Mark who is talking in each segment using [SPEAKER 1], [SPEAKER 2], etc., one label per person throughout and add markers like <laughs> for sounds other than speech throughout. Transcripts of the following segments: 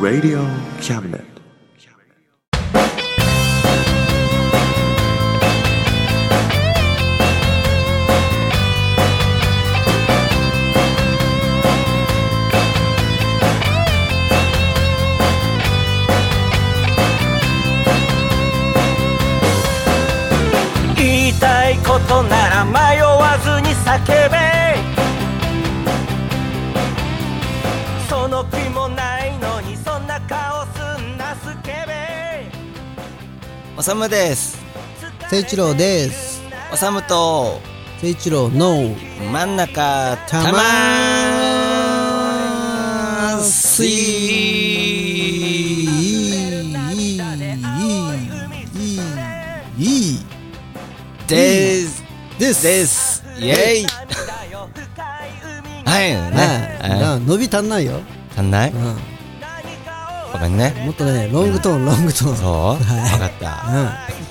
[SPEAKER 1] Radio Cabinet.
[SPEAKER 2] 言いたいことなら迷わずに叫べその気もないのにそんな顔すんなスケベ
[SPEAKER 3] おさむです
[SPEAKER 4] 誠一郎です
[SPEAKER 3] おさむと
[SPEAKER 4] 誠一郎の
[SPEAKER 3] 真ん中たまーすい
[SPEAKER 4] いい
[SPEAKER 3] です
[SPEAKER 4] です
[SPEAKER 3] ですイエイはいね
[SPEAKER 4] はいな伸び足んないよ、
[SPEAKER 3] 足んない
[SPEAKER 4] うん、
[SPEAKER 3] ごめんね
[SPEAKER 4] もっとねロングトーンロングトーン
[SPEAKER 3] そうわ
[SPEAKER 4] はい
[SPEAKER 3] かった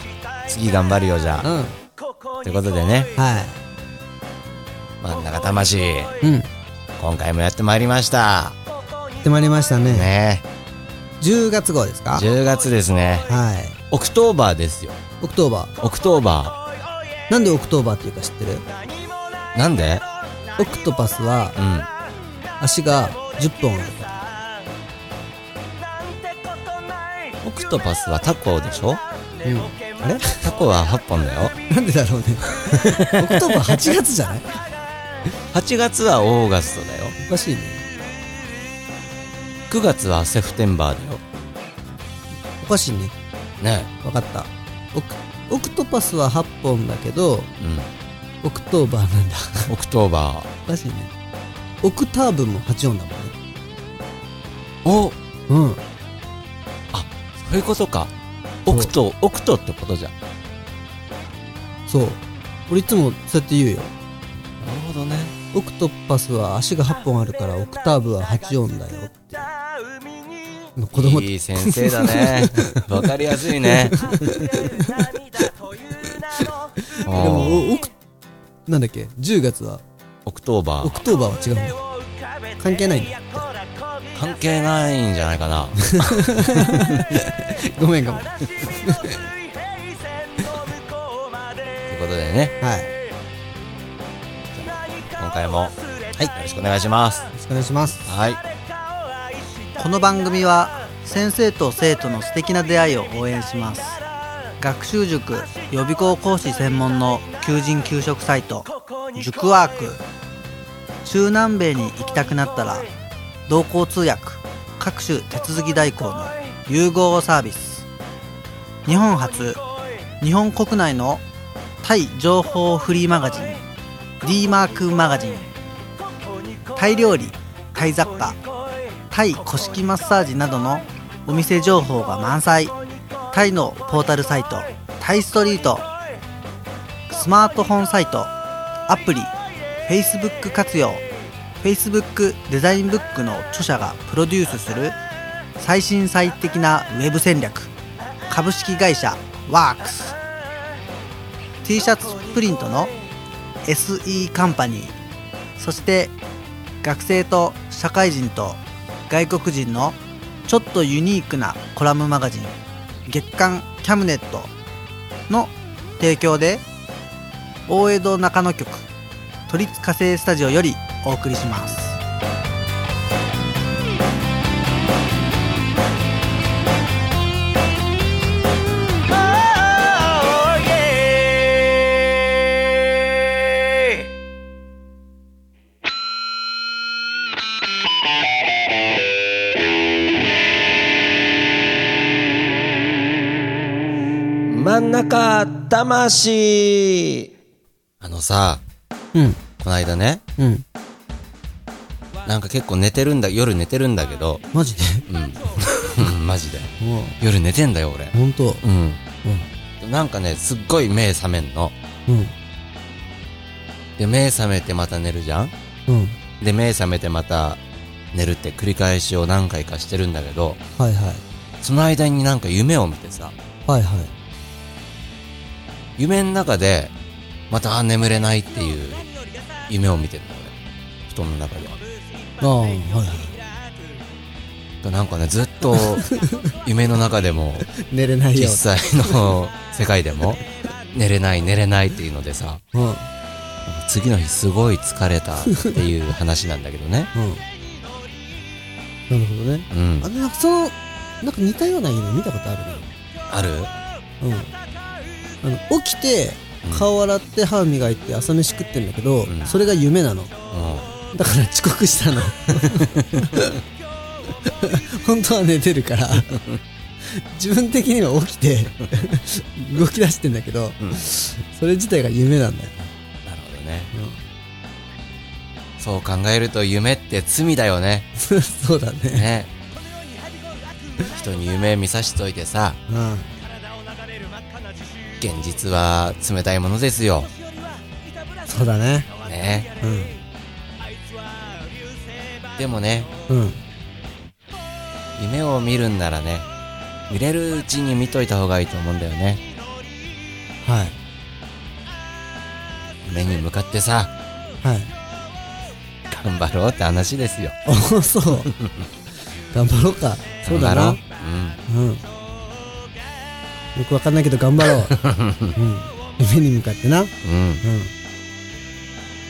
[SPEAKER 3] <laughs> 次頑張るよじゃ
[SPEAKER 4] うんう
[SPEAKER 3] あ
[SPEAKER 4] ん
[SPEAKER 3] ということでね
[SPEAKER 4] は
[SPEAKER 3] 真ん中魂
[SPEAKER 4] いうんや
[SPEAKER 3] 今回もやってまいりました
[SPEAKER 4] ってまいりましたね
[SPEAKER 3] ね
[SPEAKER 4] 10月号ですか
[SPEAKER 3] 10月ですね
[SPEAKER 4] はい
[SPEAKER 3] オクトーバーですよ
[SPEAKER 4] オクトーバー
[SPEAKER 3] オクトーバ
[SPEAKER 4] なんでオクトーバーっていうか知ってる
[SPEAKER 3] ーなんで
[SPEAKER 4] オクトパスは
[SPEAKER 3] うん
[SPEAKER 4] 足が10本あるから
[SPEAKER 3] オクトパスはタコでしょ
[SPEAKER 4] うんあれ
[SPEAKER 3] タコは8本だよ
[SPEAKER 4] なんでだろうねオクトーバー8月じゃない
[SPEAKER 3] 8月はオーガストだよ
[SPEAKER 4] おかしいね
[SPEAKER 3] 9月はセフテンバーだよ
[SPEAKER 4] おかしいね
[SPEAKER 3] ね
[SPEAKER 4] わかったオクオクトパスは8本だけど
[SPEAKER 3] う
[SPEAKER 4] オクトーバーなんだ <laughs>
[SPEAKER 3] んオクトーバー
[SPEAKER 4] おかしいねオクターブも8音だもんね
[SPEAKER 3] お
[SPEAKER 4] うん
[SPEAKER 3] そういうことかオクトオクトってことじゃんな
[SPEAKER 4] そう俺いつもそうやって言うよ
[SPEAKER 3] るほどね
[SPEAKER 4] オクトパスは足が8本あるからオクターブは8音だよ
[SPEAKER 3] <laughs>
[SPEAKER 4] って子供
[SPEAKER 3] いい先生だねわかりやすいね
[SPEAKER 4] で
[SPEAKER 3] おー
[SPEAKER 4] もおオクなんだっけ10月は
[SPEAKER 3] オクトーバ
[SPEAKER 4] オ
[SPEAKER 3] ー
[SPEAKER 4] クトーバーは違うんだ関係ないんだ
[SPEAKER 3] 関係ないんじゃないかな
[SPEAKER 4] <laughs> ごめんかもはい
[SPEAKER 3] ということでね今回もはいよろしくお願いします
[SPEAKER 4] よろしくお願いします
[SPEAKER 3] はい
[SPEAKER 5] この番組は先生と生徒の素敵な出会いを応援します学習塾予備校講師専門の求人・求職サイト塾ワーク中南米に行きたくなったら同行通訳各種手続き代行の融合サービス日本初日本国内のタイ情報フリーマガジン d マークマガジンタイ料理タイ雑貨タイ古式マッサージなどのお店情報が満載タイのポータルサイトタイストリートスマートフォンサイトアプリ Facebook 活用 Facebook デザインブックの著者がプロデュースする最新最適なウェブ戦略株式会社 WorksT シャツプリントの <laughs> SE カンパニーそして学生と社会人と外国人のちょっとユニークなコラムマガジン月刊キャムネットの提供で大江戸中野局都立火星スタジオよりお送りします。
[SPEAKER 2] Oh, yeah.
[SPEAKER 3] 真ん中魂あのさ
[SPEAKER 4] うん
[SPEAKER 3] この間ね
[SPEAKER 4] うん
[SPEAKER 3] なんか結構寝てるんだ夜寝てるんだけど
[SPEAKER 4] マジで
[SPEAKER 3] うん <laughs> マジで
[SPEAKER 4] もう
[SPEAKER 3] 夜寝てんだよ俺
[SPEAKER 4] 本当
[SPEAKER 3] うん
[SPEAKER 4] う
[SPEAKER 3] なんかねすっごい目覚めんの
[SPEAKER 4] んうん
[SPEAKER 3] で目覚めてまた寝るじゃん
[SPEAKER 4] うん
[SPEAKER 3] で目覚めてまた寝るって繰り返しを何回かしてるんだけど
[SPEAKER 4] はいはい
[SPEAKER 3] その間になんか夢を見てさ
[SPEAKER 4] はいはい
[SPEAKER 3] 夢の中でまたあー眠れないっていう夢を見てるの俺布団の中で
[SPEAKER 4] ああはいはい
[SPEAKER 3] なんかねずっと夢の中でも
[SPEAKER 4] 寝れないよ、
[SPEAKER 3] 実際の <laughs> 世界でも寝れない寝れないっていうのでさ
[SPEAKER 4] うんうん、
[SPEAKER 3] 次の日すごい疲れたっていう話なんだけどね
[SPEAKER 4] なるほどね
[SPEAKER 3] うん
[SPEAKER 4] あなんかそのなんか似たような夢見たことあるね
[SPEAKER 3] ある
[SPEAKER 4] うん、あの起きて顔洗って歯磨いて朝飯食ってんだけど、
[SPEAKER 3] ん
[SPEAKER 4] それが夢なの
[SPEAKER 3] う
[SPEAKER 4] だから遅刻した <laughs> の本当は寝てるから自分的には起きて動き出してんだけど、
[SPEAKER 3] ん
[SPEAKER 4] それ自体が夢なんだよ
[SPEAKER 3] んなるほどねそう考えると夢って罪だよね
[SPEAKER 4] な <laughs> そうだね
[SPEAKER 3] ね人に夢見さしといてさ
[SPEAKER 4] うん
[SPEAKER 3] 現実は冷たいものですよ
[SPEAKER 4] そうだね
[SPEAKER 3] ね
[SPEAKER 4] うん
[SPEAKER 3] でもね
[SPEAKER 4] うん
[SPEAKER 3] 夢を見るんならね見れるうちに見といた方がいいと思うんだよね
[SPEAKER 4] はい
[SPEAKER 3] 夢に向かってさ
[SPEAKER 4] はい <laughs>
[SPEAKER 3] 頑張ろうって話ですよ
[SPEAKER 4] おそう頑張ろうかそうだな
[SPEAKER 3] 頑張
[SPEAKER 4] うんよくわかんないけど頑張ろ
[SPEAKER 3] <laughs>
[SPEAKER 4] う、うん、夢に向かってな、うん、
[SPEAKER 3] ろううんうん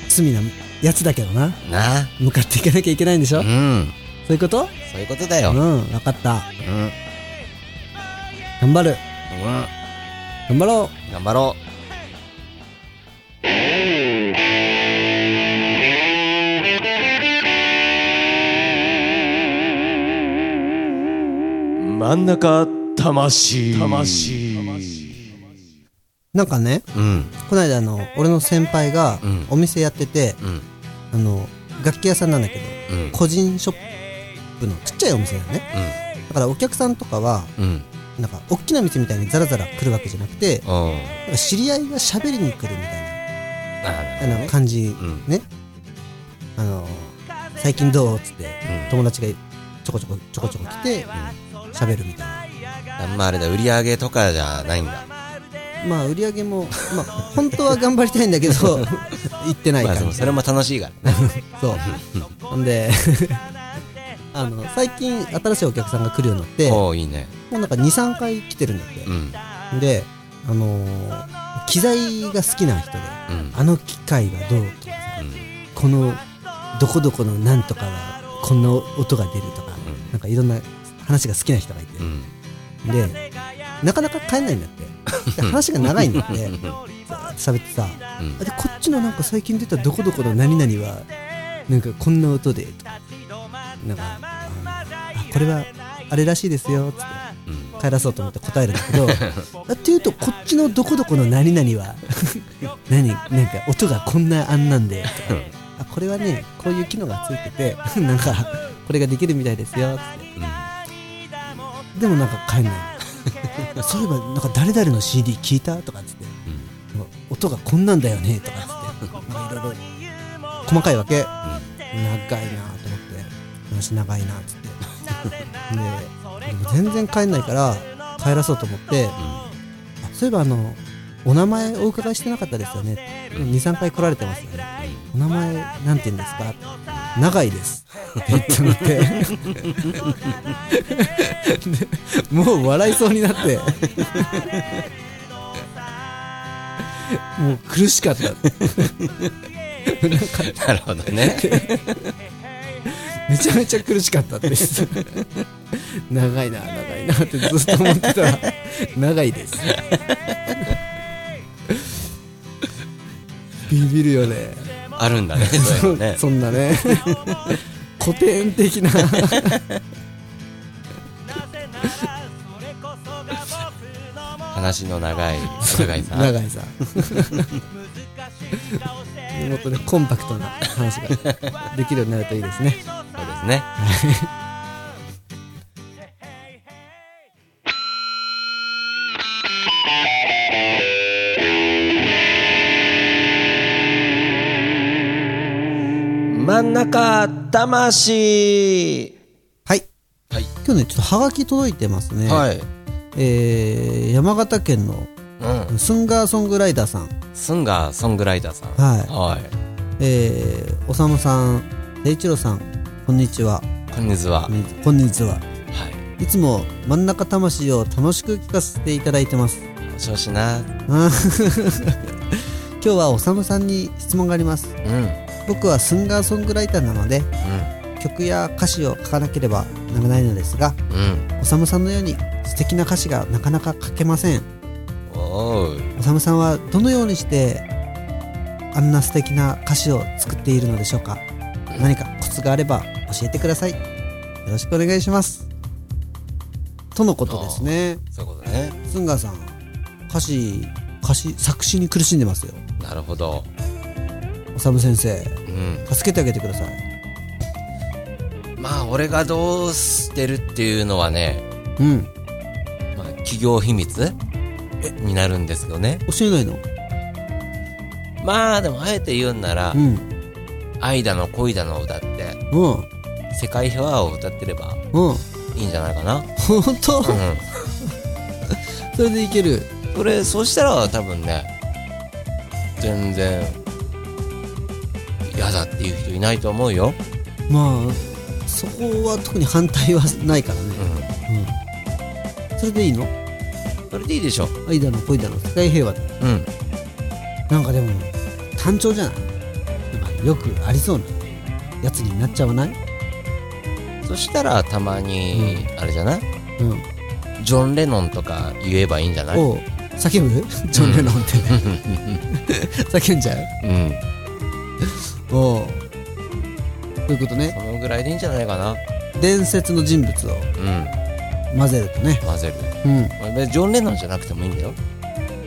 [SPEAKER 4] 罪なやつだけどな
[SPEAKER 3] なあ
[SPEAKER 4] 向かっていかなきゃいけないんでしょ、
[SPEAKER 3] う
[SPEAKER 4] そ
[SPEAKER 3] ん
[SPEAKER 4] ういうこと
[SPEAKER 3] そういうことだ
[SPEAKER 4] う
[SPEAKER 3] よ、うん
[SPEAKER 4] んわかった
[SPEAKER 3] うん、
[SPEAKER 4] 頑張る頑張ろ
[SPEAKER 3] 頑張ろ
[SPEAKER 6] 真ん中魂魂
[SPEAKER 4] うなんかね
[SPEAKER 3] ううん
[SPEAKER 4] こないだあの俺の先輩が
[SPEAKER 3] うん
[SPEAKER 4] お店やってて、
[SPEAKER 3] うん
[SPEAKER 4] あの楽器屋さんなんだけど
[SPEAKER 3] うん
[SPEAKER 4] 個人ショップのちっちゃいお店だよねだからお客さんとかは
[SPEAKER 3] うんうん
[SPEAKER 4] なんか大きな店みたいにザラザラ来るわけじゃなくて
[SPEAKER 3] おう
[SPEAKER 4] なんか知り合いが喋りに来るみたいな
[SPEAKER 3] あ
[SPEAKER 4] あの感じ、
[SPEAKER 3] ん
[SPEAKER 4] ねあの最近どうっつって、
[SPEAKER 3] うん
[SPEAKER 4] 友達がちょこちょこちょこちょこ来て喋、るみたい
[SPEAKER 3] あんまあれだ売り上げとかじゃないんだ
[SPEAKER 4] なまあ売り上げも、まあ、本当は頑張りたいん
[SPEAKER 3] <laughs>
[SPEAKER 4] だけど行ってない
[SPEAKER 3] ま
[SPEAKER 4] 感
[SPEAKER 3] あ
[SPEAKER 4] じ、
[SPEAKER 3] でもそれも楽しいからね
[SPEAKER 4] そうほんで <laughs> あの最近新しいお客さんが来るようになっても
[SPEAKER 3] おういいね
[SPEAKER 4] うなんか23回来てるんだって、
[SPEAKER 3] うん
[SPEAKER 4] であのー機材が好きな人で、
[SPEAKER 3] うん
[SPEAKER 4] あの機械がどうとかさ
[SPEAKER 3] うん
[SPEAKER 4] このどこどこのなんとかはこんな音が出るとか、
[SPEAKER 3] うん
[SPEAKER 4] なんかいろんな話が好きな人がいて、
[SPEAKER 3] うん
[SPEAKER 4] でなかなか帰んないんだって
[SPEAKER 3] <laughs>
[SPEAKER 4] で話が長いんだってずーっと喋ってさ
[SPEAKER 3] うん
[SPEAKER 4] でこっちのなんか最近出たどこどこの何々はなんかこんな音でとかなんかあのあこれはあれらしいですよつって
[SPEAKER 3] うん
[SPEAKER 4] 帰らそうと思って答えるんだけ
[SPEAKER 3] <laughs>
[SPEAKER 4] どあっていうとこっちのどこどこの何々は <laughs> 何なんか音がこんなあんなんでとかあこれはねこういう機能がついてて <laughs> なんかこれができるみたいですよって
[SPEAKER 3] うん
[SPEAKER 4] でもなんか帰んないのそういえばなんか誰々の CD 聞いたとかっつって <laughs> 音がこんなんだよねとかっつってなんかいろいろ細かいわけ、長いなと思って話長いなっつってででも全然帰んないから帰らそうと思って、あそういえばあのお名前お伺いしてなかったですよね、23回来られてますよね、お名前なんて言うんですか長いですって言ったのって <laughs> でもう笑いそうになって <laughs> もう苦しかった
[SPEAKER 3] なるほどね
[SPEAKER 4] めちゃめちゃ苦しかったです長いな長いなってずっと思ってたら長いですビビるよね
[SPEAKER 3] あるんだねそういうのね
[SPEAKER 4] そんなね古典的な
[SPEAKER 3] 話の長い長いさん
[SPEAKER 4] 長いさもっとねコンパクトな話ができるようになるといいですね
[SPEAKER 3] そうですね
[SPEAKER 6] 真ん中魂
[SPEAKER 4] はい、
[SPEAKER 3] はい
[SPEAKER 4] 今日ねちょっとハガキ届いてますね、
[SPEAKER 3] はい
[SPEAKER 4] えー山形県の
[SPEAKER 3] う
[SPEAKER 4] スンガーソングライダーさん
[SPEAKER 3] んスンガーソングライターさん
[SPEAKER 4] はい
[SPEAKER 3] はい
[SPEAKER 4] えー、おさむさん、誠一郎さん、こんにちは。
[SPEAKER 3] こんにち
[SPEAKER 4] こ
[SPEAKER 3] は。は
[SPEAKER 4] んにこんにちは。
[SPEAKER 3] い。
[SPEAKER 4] いつも真ん中魂を楽しく聞かせていただいてます。 <laughs>
[SPEAKER 3] 調子な。
[SPEAKER 4] あー今日はおさむさんに質問があります。
[SPEAKER 3] うん。うん。
[SPEAKER 4] 僕はシンガーソングライターなので、曲や歌詞を書かなければならないのですが、
[SPEAKER 3] うん。
[SPEAKER 4] おさむさんのように素敵な歌詞がなかなか書けません。
[SPEAKER 3] おう。
[SPEAKER 4] おさむさんはどのようにしてあんな素敵な歌詞を作っているのでしょうか何かコツがあれば教えてくださいよろしくお願いしますとのことですね
[SPEAKER 3] そういうことね。
[SPEAKER 4] スンガーさん歌詞歌詞作詞に苦しんでますよ
[SPEAKER 3] なるほど。
[SPEAKER 4] おさむ先生
[SPEAKER 3] うん。
[SPEAKER 4] 助けてあげてください
[SPEAKER 3] まあ、俺がどうしてるっていうのはね、
[SPEAKER 4] うん
[SPEAKER 3] まあ、企業秘密になるんですよね。
[SPEAKER 4] 教えないの
[SPEAKER 3] まあ、でも、あえて言うんなら
[SPEAKER 4] う、ん
[SPEAKER 3] 愛だの恋だの歌って、
[SPEAKER 4] うん
[SPEAKER 3] 世界平和を歌ってれば
[SPEAKER 4] うん
[SPEAKER 3] いいんじゃない
[SPEAKER 4] <laughs>
[SPEAKER 3] かな。
[SPEAKER 4] 本当
[SPEAKER 3] う
[SPEAKER 4] それでいける
[SPEAKER 3] ん。それ、そうしたら多分ね、全然、嫌だっていう人いないと思うよ。
[SPEAKER 4] まあそこは特に反対はないからね
[SPEAKER 3] う
[SPEAKER 4] それでいいの
[SPEAKER 3] ん。それでいいでしょ。
[SPEAKER 4] 愛だの恋だの世界平和だ
[SPEAKER 3] うん。
[SPEAKER 4] なんかでも単調じゃないなんかよくありそうなやつになっちゃわない
[SPEAKER 3] そしたら、たまに、あれじゃない
[SPEAKER 4] うん、
[SPEAKER 3] ジョン・レノンとか言えばいいんじゃない
[SPEAKER 4] を叫ぶジョン・レノンって、
[SPEAKER 3] <laughs>
[SPEAKER 4] 叫んじゃう
[SPEAKER 3] うん。
[SPEAKER 4] おうということね
[SPEAKER 3] このぐらいでいいんじゃないかな。
[SPEAKER 4] 伝説の人物を
[SPEAKER 3] うん。
[SPEAKER 4] 混ぜるとね
[SPEAKER 3] 混ぜる。
[SPEAKER 4] うん
[SPEAKER 3] まあ別にジョン・レノンじゃなくてもいいんだよ。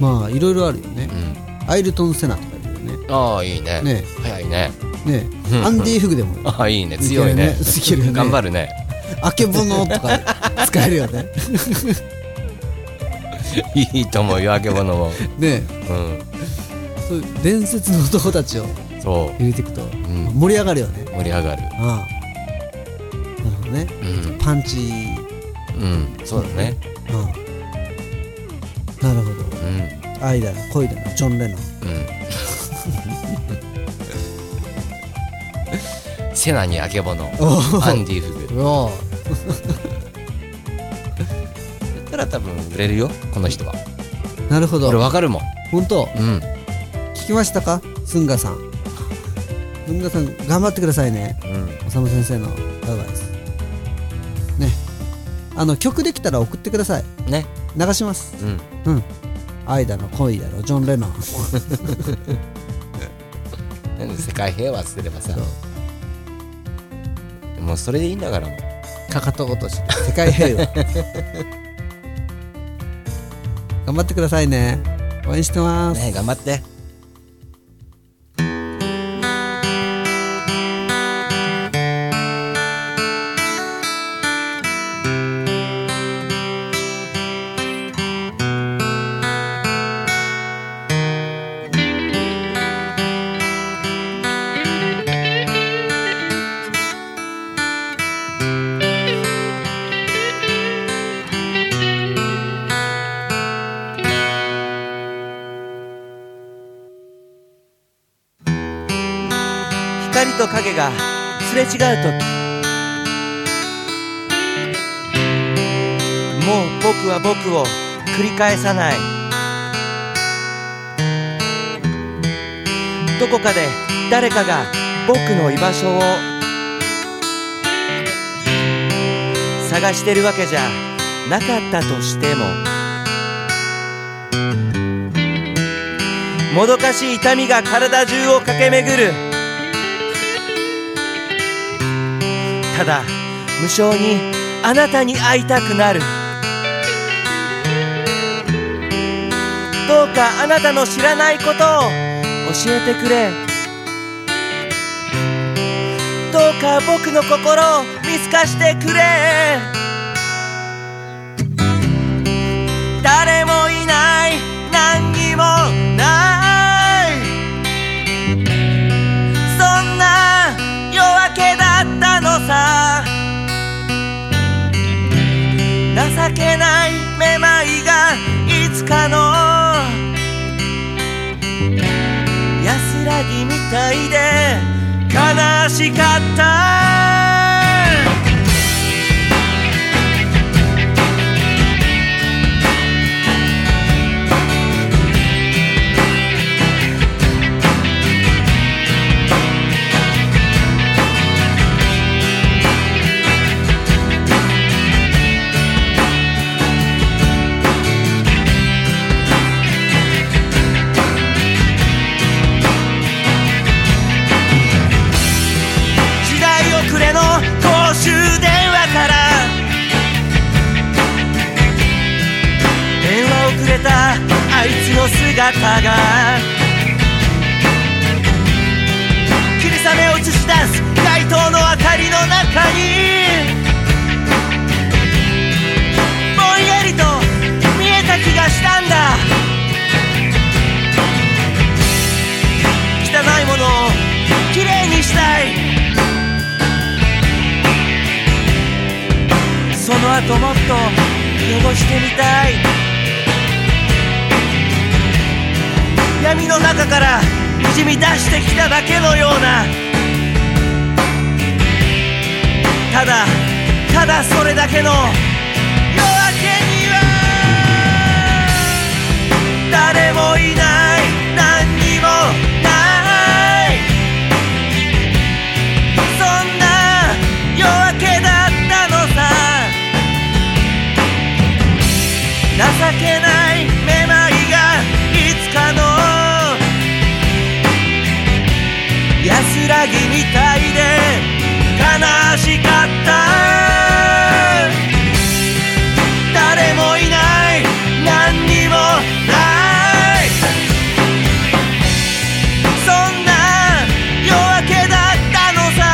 [SPEAKER 4] まあいろいろあるよね
[SPEAKER 3] うん。
[SPEAKER 4] アイルトン・セナとかいるよね
[SPEAKER 3] ああ、いいね。
[SPEAKER 4] ね
[SPEAKER 3] 早いね。
[SPEAKER 4] えねえアンディ・フグでも
[SPEAKER 3] ああ、いいね。強いね。
[SPEAKER 4] いけるねいけるね
[SPEAKER 3] 頑張
[SPEAKER 4] <laughs>
[SPEAKER 3] るね。
[SPEAKER 4] 「 <laughs> あけぼの」とか使えるよね
[SPEAKER 3] いいと思うよ、あけぼのも。
[SPEAKER 4] ね
[SPEAKER 3] う
[SPEAKER 4] えそういう伝説の男たちを
[SPEAKER 3] ん。そ
[SPEAKER 4] 入れていくと
[SPEAKER 3] う。うん。
[SPEAKER 4] 盛り上がるよね
[SPEAKER 3] 盛り上がる。
[SPEAKER 4] ああなるほどね
[SPEAKER 3] うん。
[SPEAKER 4] パンチ
[SPEAKER 3] うん。そうだね。
[SPEAKER 4] うんなるほど
[SPEAKER 3] うん。
[SPEAKER 4] 愛だな恋だなジョン・レノン
[SPEAKER 3] うん。 <laughs> セナにあけぼの。
[SPEAKER 4] おー
[SPEAKER 3] アンディ・フグ。
[SPEAKER 4] おー
[SPEAKER 3] だったら多分売れるよ、この人は。
[SPEAKER 4] なるほど
[SPEAKER 3] 俺わかるもん。
[SPEAKER 4] 本当
[SPEAKER 3] うん。
[SPEAKER 4] 聞きましたかスンガさんスンガさん頑張ってくださいね
[SPEAKER 3] うん。
[SPEAKER 4] おさむ先生のアドバイスねあの曲できたら送ってください
[SPEAKER 3] ね。
[SPEAKER 4] 流します
[SPEAKER 3] うん。
[SPEAKER 4] うん愛だの恋だのジョン・レノン
[SPEAKER 3] なんで世界平和捨てればさ。もうそれでいいんだからもう。
[SPEAKER 4] かかと落とし世界平和頑張ってくださいね応援してます、
[SPEAKER 3] ね頑張って。
[SPEAKER 2] 光と影がすれ違う時もう僕は僕を繰り返さないどこかで誰かが僕の居場所を探してるわけじゃなかったとしてももどかしい痛みが体中を駆け巡るただ無性にあなたに会いたくなるどうかあなたの知らないことを教えてくれどうか僕の心を見透かしてくれ誰もいない何にもないそんな夜明けだったのさ情けないめまいがいつかの安らぎみたいで悲しかった姿が霧雨を映し出す街灯の明かりの中にぼんやりと見えた気がしたんだ汚いものをきれいにしたいその後もっと汚してみたい闇の中からにじみ出してきただけのようなただただそれだけの夜明けには誰もいない何にもないそんな夜明けだったのさ情けないめまいがいつかの安らぎみたいで悲しかった誰もいない何にもないそんな夜明けだったのさ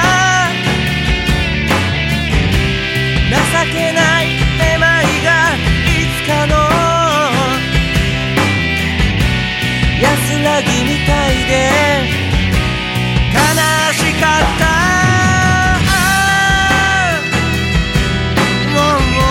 [SPEAKER 2] 情けないめまいがいつかの安らぎみたいで悲しかったもうもう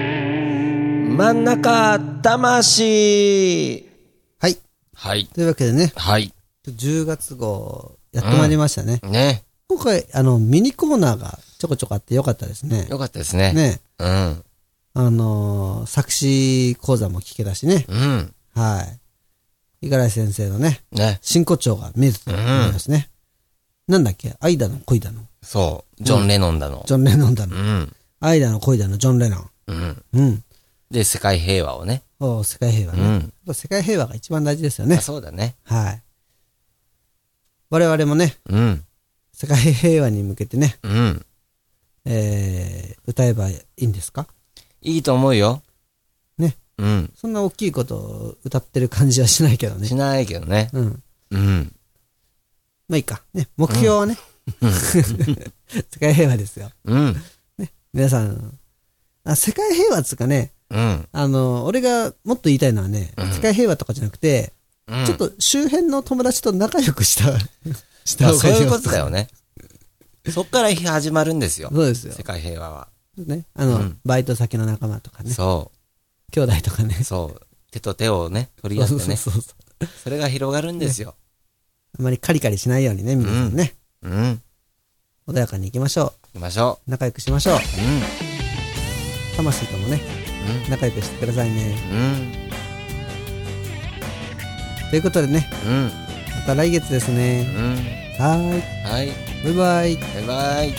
[SPEAKER 6] 真ん中魂
[SPEAKER 4] はい。
[SPEAKER 3] はい。
[SPEAKER 4] というわけでね、
[SPEAKER 3] はい。
[SPEAKER 4] 10月号、やってまいりましたね。
[SPEAKER 3] ね。
[SPEAKER 4] 今回、あの、ミニコーナーがちょこちょこあってよかったですね。
[SPEAKER 3] よかったですね。
[SPEAKER 4] ね。
[SPEAKER 3] うん。
[SPEAKER 4] あのー作詞講座も聞けたしね。
[SPEAKER 3] うん。
[SPEAKER 4] はい。五十嵐先生のね、
[SPEAKER 3] ね。
[SPEAKER 4] 真骨頂が見えてたと思いますね。なんだっけ愛だの恋だの。
[SPEAKER 3] そう。ジョン・レノンだの
[SPEAKER 4] ジ。ョン・レノンだの
[SPEAKER 3] う。ん。
[SPEAKER 4] 愛だの恋だの、ジョン・レノン。
[SPEAKER 3] うん。
[SPEAKER 4] うん。
[SPEAKER 3] で、世界平和をね。
[SPEAKER 4] お世界平和
[SPEAKER 3] う
[SPEAKER 4] ね。やっ
[SPEAKER 3] ん。
[SPEAKER 4] ぱ世界平和が一番大事ですよ
[SPEAKER 3] あ
[SPEAKER 4] ね。
[SPEAKER 3] そうだね。
[SPEAKER 4] はい。我々もね、
[SPEAKER 3] うん。
[SPEAKER 4] 世界平和に向けてね、
[SPEAKER 3] うん。
[SPEAKER 4] えー、歌えばいいんですか
[SPEAKER 3] いいと思うよ。
[SPEAKER 4] ね。
[SPEAKER 3] うん。
[SPEAKER 4] そんな大きいことを歌ってる感じはしないけどね
[SPEAKER 3] し。ないけどね。
[SPEAKER 4] うん。
[SPEAKER 3] うん。
[SPEAKER 4] まあいいか。ね、目標はね、 <laughs> 世界平和ですよ。
[SPEAKER 3] うん。
[SPEAKER 4] 皆さん、あ世界平和っつうかね、
[SPEAKER 3] うん。
[SPEAKER 4] あの、俺がもっと言いたいのはね、世界平和とかじゃなくて、
[SPEAKER 3] うん
[SPEAKER 4] ちょっと周辺の友達と仲良くした、した
[SPEAKER 3] <laughs> まあ
[SPEAKER 4] 方
[SPEAKER 3] そ
[SPEAKER 4] がい
[SPEAKER 3] う
[SPEAKER 4] いよ
[SPEAKER 3] いうことだよね。そっから始まるんですよ。
[SPEAKER 4] そうですよ
[SPEAKER 3] 世。界平和は。
[SPEAKER 4] ね。あの、
[SPEAKER 3] うん
[SPEAKER 4] バイト先の仲間とかね、
[SPEAKER 3] そ
[SPEAKER 4] 兄弟とかね
[SPEAKER 3] う。。そう。手と手をね、取り合っ
[SPEAKER 4] そ
[SPEAKER 3] て
[SPEAKER 4] うそう
[SPEAKER 3] ね。
[SPEAKER 4] そうそう。
[SPEAKER 3] それが広がるんですよ。
[SPEAKER 4] あまりカリカリしないようにね、皆さんね、
[SPEAKER 3] うん。
[SPEAKER 4] 穏やかに行きましょ
[SPEAKER 3] 行きましょ
[SPEAKER 4] う。仲良くしましょう。
[SPEAKER 3] う。うん。
[SPEAKER 4] 魂ともね、仲良くしてくださいね。
[SPEAKER 3] うん。
[SPEAKER 4] ということでね、
[SPEAKER 3] うん。
[SPEAKER 4] また来月ですね。
[SPEAKER 3] うん。
[SPEAKER 4] はー
[SPEAKER 3] はい。
[SPEAKER 4] い。バイバイ。
[SPEAKER 3] バイバイ。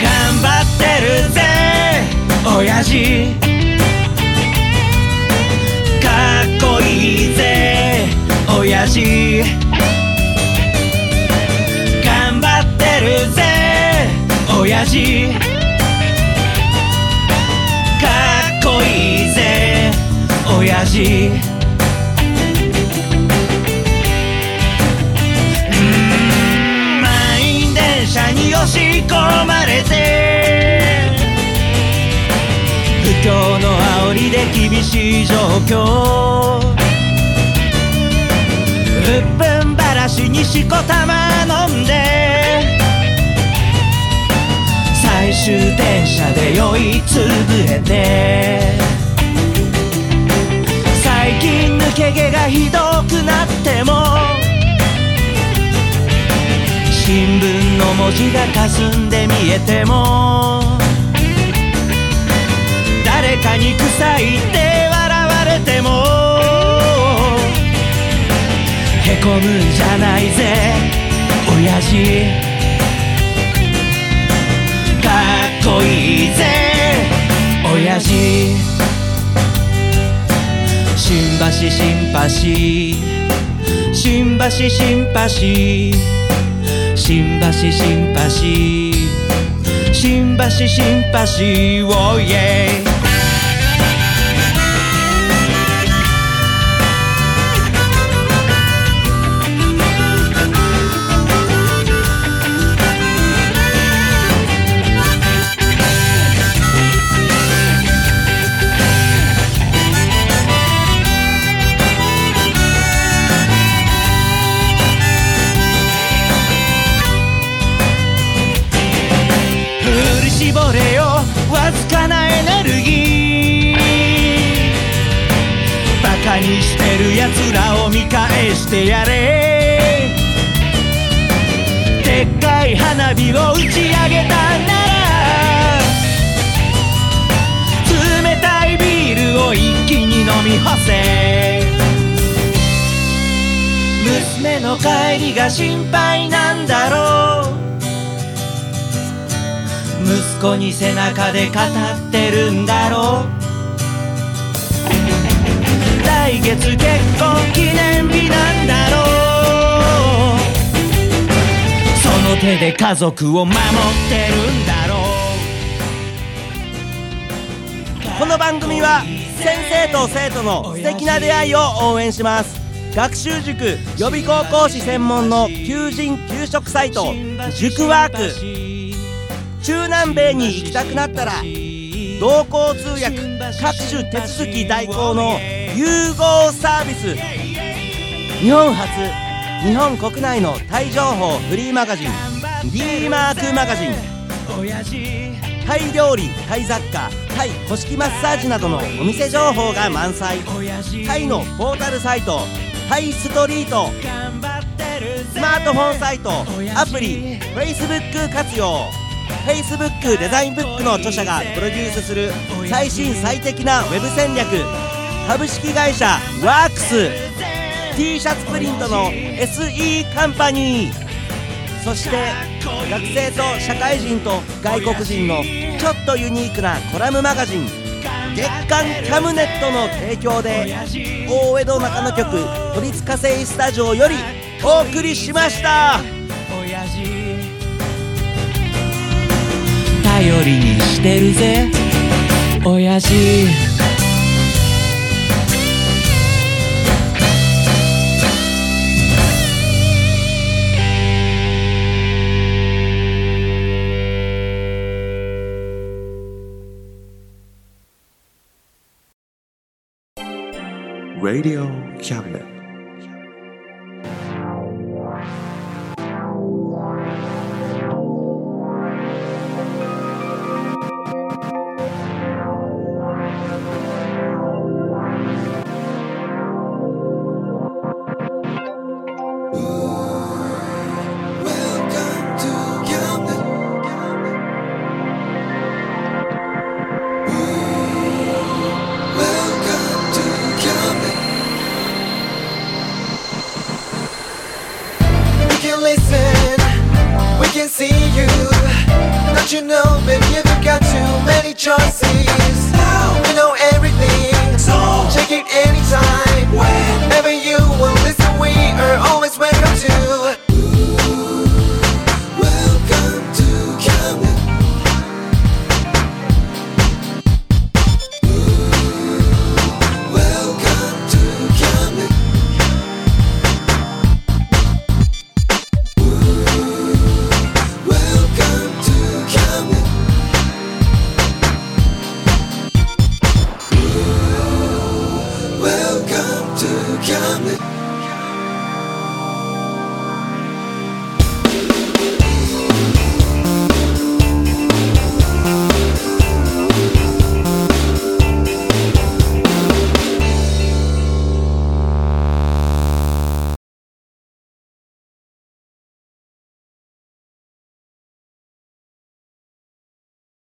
[SPEAKER 2] 頑張ってるぜ親父かっこいいぜ親父頑張ってるぜ親父かっこいいぜ親父満員電車に押し込まれて不況の煽りで厳しい状況うっぷんばらしにしこたま飲んで最終電車で酔いつぶれて最近抜け毛がひどくなっても新聞の文字が霞んで見えても誰かに臭いって笑われてもへこむんじゃないぜ親父かっこいいぜ親父新橋新橋新橋新橋新橋新橋新橋新橋をイエイ振り絞れよわずかなエネルギーバカにしてるやつらを見返してやれでっかい花火を打ち上げたなら冷たいビールを一気に飲み干せ娘の帰りが心配なんだろう息子に背中で語ってるんだろう来月結婚記念日なんだろうその手で家族を守ってるんだろう
[SPEAKER 6] この番組は先生と生徒の素敵な出会いを応援します学習塾予備高校師専門の求人・給食サイト塾ワーク
[SPEAKER 2] ク
[SPEAKER 6] 中南米に行きたくなったら同行通訳各種手続き代行の融合サービス日本初日本国内のタイ情報フリーマガジン D マークマガジンタイ料理タイ雑貨タイ古式マッサージなどのお店情報が満載タイのポータルサイトタイストリートスマートフォンサイトアプリ Facebook 活用 Facebook デザインブックの著者がプロデュースする最新最適なウェブ戦略株式会社ワークス t シャツプリントの SE カンパニーそして学生と社会人と外国人のちょっとユニークなコラムマガジン月刊キャムネットの提供で大江戸中野局都立火星スタジオよりお送りしました
[SPEAKER 2] 親父頼りにしてるぜ
[SPEAKER 7] 親父
[SPEAKER 1] Radio Cabinet.
[SPEAKER 2] Check it anytime, whenever you will.